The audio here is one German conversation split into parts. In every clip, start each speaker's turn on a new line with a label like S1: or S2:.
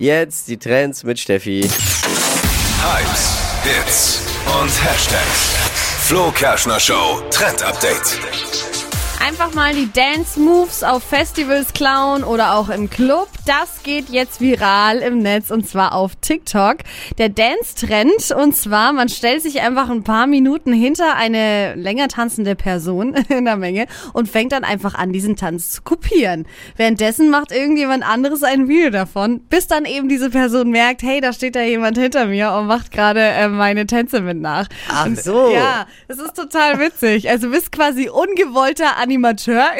S1: Jetzt die Trends mit Steffi.
S2: Hypes, Hits und Hashtags. Flo Kerschner Show Trend Update.
S3: Einfach mal die Dance Moves auf Festivals klauen oder auch im Club. Das geht jetzt viral im Netz und zwar auf TikTok. Der Dance Trend und zwar man stellt sich einfach ein paar Minuten hinter eine länger tanzende Person in der Menge und fängt dann einfach an diesen Tanz zu kopieren. Währenddessen macht irgendjemand anderes ein Video davon, bis dann eben diese Person merkt, hey, da steht da jemand hinter mir und macht gerade äh, meine Tänze mit nach.
S1: Ach
S3: Und-
S1: so.
S3: Ja, es ist total witzig. Also du bist quasi ungewollter Animateur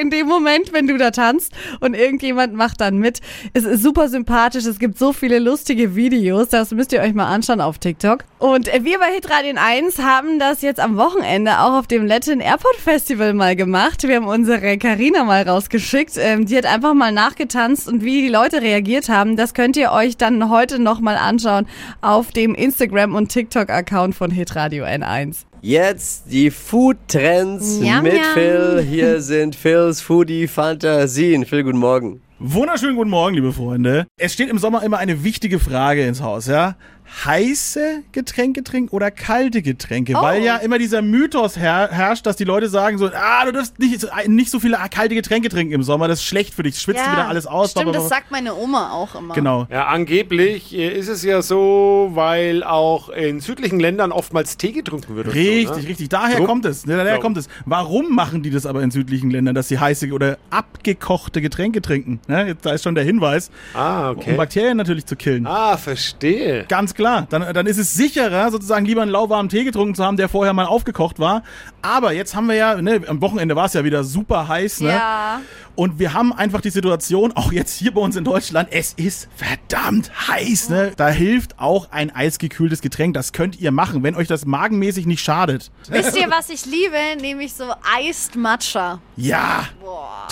S3: in dem Moment, wenn du da tanzt und irgendjemand macht dann mit. Es ist super sympathisch. Es gibt so viele lustige Videos. Das müsst ihr euch mal anschauen auf TikTok. Und äh, wir bei Hitradio 1 haben das jetzt am Wochenende auch auf dem Latin Airport Festival mal gemacht. Wir haben unsere Karina mal rausgeschickt. Ähm, die hat einfach mal nachgetanzt und wie die Leute reagiert haben, das könnt ihr euch dann heute nochmal anschauen auf dem Instagram- und TikTok-Account von Hitradio N1.
S1: Jetzt die Food Trends
S3: Yum,
S1: mit
S3: yum.
S1: Phil. Hier sind Phils Foodie Fantasien. Phil, guten Morgen.
S4: Wunderschönen guten Morgen, liebe Freunde. Es steht im Sommer immer eine wichtige Frage ins Haus, ja? Heiße Getränke trinken oder kalte Getränke?
S5: Oh.
S4: Weil ja immer dieser Mythos her herrscht, dass die Leute sagen so, ah, du darfst nicht, nicht so viele kalte Getränke trinken im Sommer, das ist schlecht für dich, das schwitzt wieder alles aus.
S5: Stimmt,
S4: blablabla.
S5: das sagt meine Oma auch immer.
S4: genau.
S6: Ja, angeblich äh, ist es ja so, weil auch in südlichen Ländern oftmals Tee getrunken wird. und so,
S4: Richtig,
S6: ne?
S4: richtig. Daher
S6: Drum-
S4: kommt es. ne, Daher
S6: Drum.
S4: kommt es. Warum machen die das aber in südlichen Ländern, dass sie heiße oder abgekochte Getränke trinken? Ne? Jetzt, da ist schon der Hinweis,
S6: Ah,
S4: um
S6: okay.
S4: Bakterien natürlich zu killen.
S6: Ah, verstehe.
S4: Ganz klar. Dann, dann ist es sicherer, sozusagen lieber einen lauwarmen Tee getrunken zu haben, der vorher mal aufgekocht war. Aber jetzt haben wir ja, ne, am Wochenende war es ja wieder super heiß, ne?
S3: Ja.
S4: Und wir haben einfach die Situation, auch jetzt hier bei uns in Deutschland, es ist verdammt heiß, ne? Da hilft auch ein eisgekühltes Getränk. Das könnt ihr machen, wenn euch das magenmäßig nicht schadet.
S5: Wisst ihr, was ich liebe? Nämlich so Eist Matcha.
S4: Ja.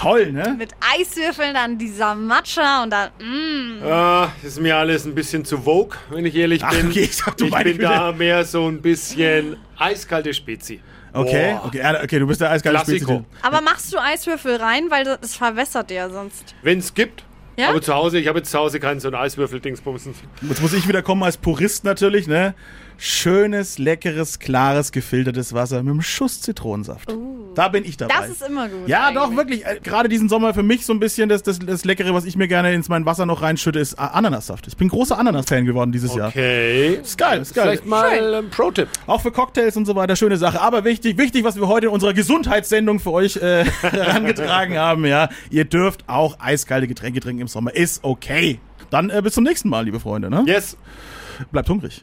S4: Toll, ne?
S5: Mit Eiswürfeln, dann dieser Matcha und dann. Mm.
S6: Ah, ist mir alles ein bisschen zu vogue, wenn ich ehrlich
S4: Ach,
S6: bin.
S4: okay, ich dachte, du
S6: ich
S4: meine
S6: bin
S4: Güte.
S6: da mehr so ein bisschen eiskalte Spezi.
S4: Okay,
S6: Boah.
S4: okay, ja, okay, du bist der eiskalte
S6: Klassiko.
S4: Spezialist.
S5: Aber machst du Eiswürfel rein, weil das- das verwässert ja sonst.
S6: Wenn's gibt.
S5: Ja?
S6: Aber zu Hause, ich habe jetzt zu Hause keinen so einen Eiswürfel-Dingsbumsen.
S4: Jetzt muss ich wieder kommen als Purist natürlich, ne? Schönes, leckeres, klares, gefiltertes Wasser mit einem Schuss Zitronensaft. Da bin ich dabei.
S5: Oh. Das ist immer gut.
S4: ja,
S5: eigentlich.
S4: doch, wirklich. Äh, Gerade diesen Sommer für mich so ein bisschen das, das, das Leckere, was ich mir gerne ins mein Wasser noch reinschütte, ist A- Ananassaft. Ich bin großer Ananas-Fan geworden dieses Jahr.
S6: Okay.
S4: Ist geil, ist geil.
S6: Vielleicht mal ein Pro-Tipp.
S4: Auch für Cocktails und so weiter, schöne Sache. Aber wichtig, wichtig, was wir heute in unserer Gesundheitssendung für euch äh, herangetragen haben, ja. Ihr dürft auch eiskalte Getränke trinken im Sommer. Ist okay. Dann äh, bis zum nächsten Mal, liebe Freunde, ne?
S6: Yes.
S4: Bleibt hungrig.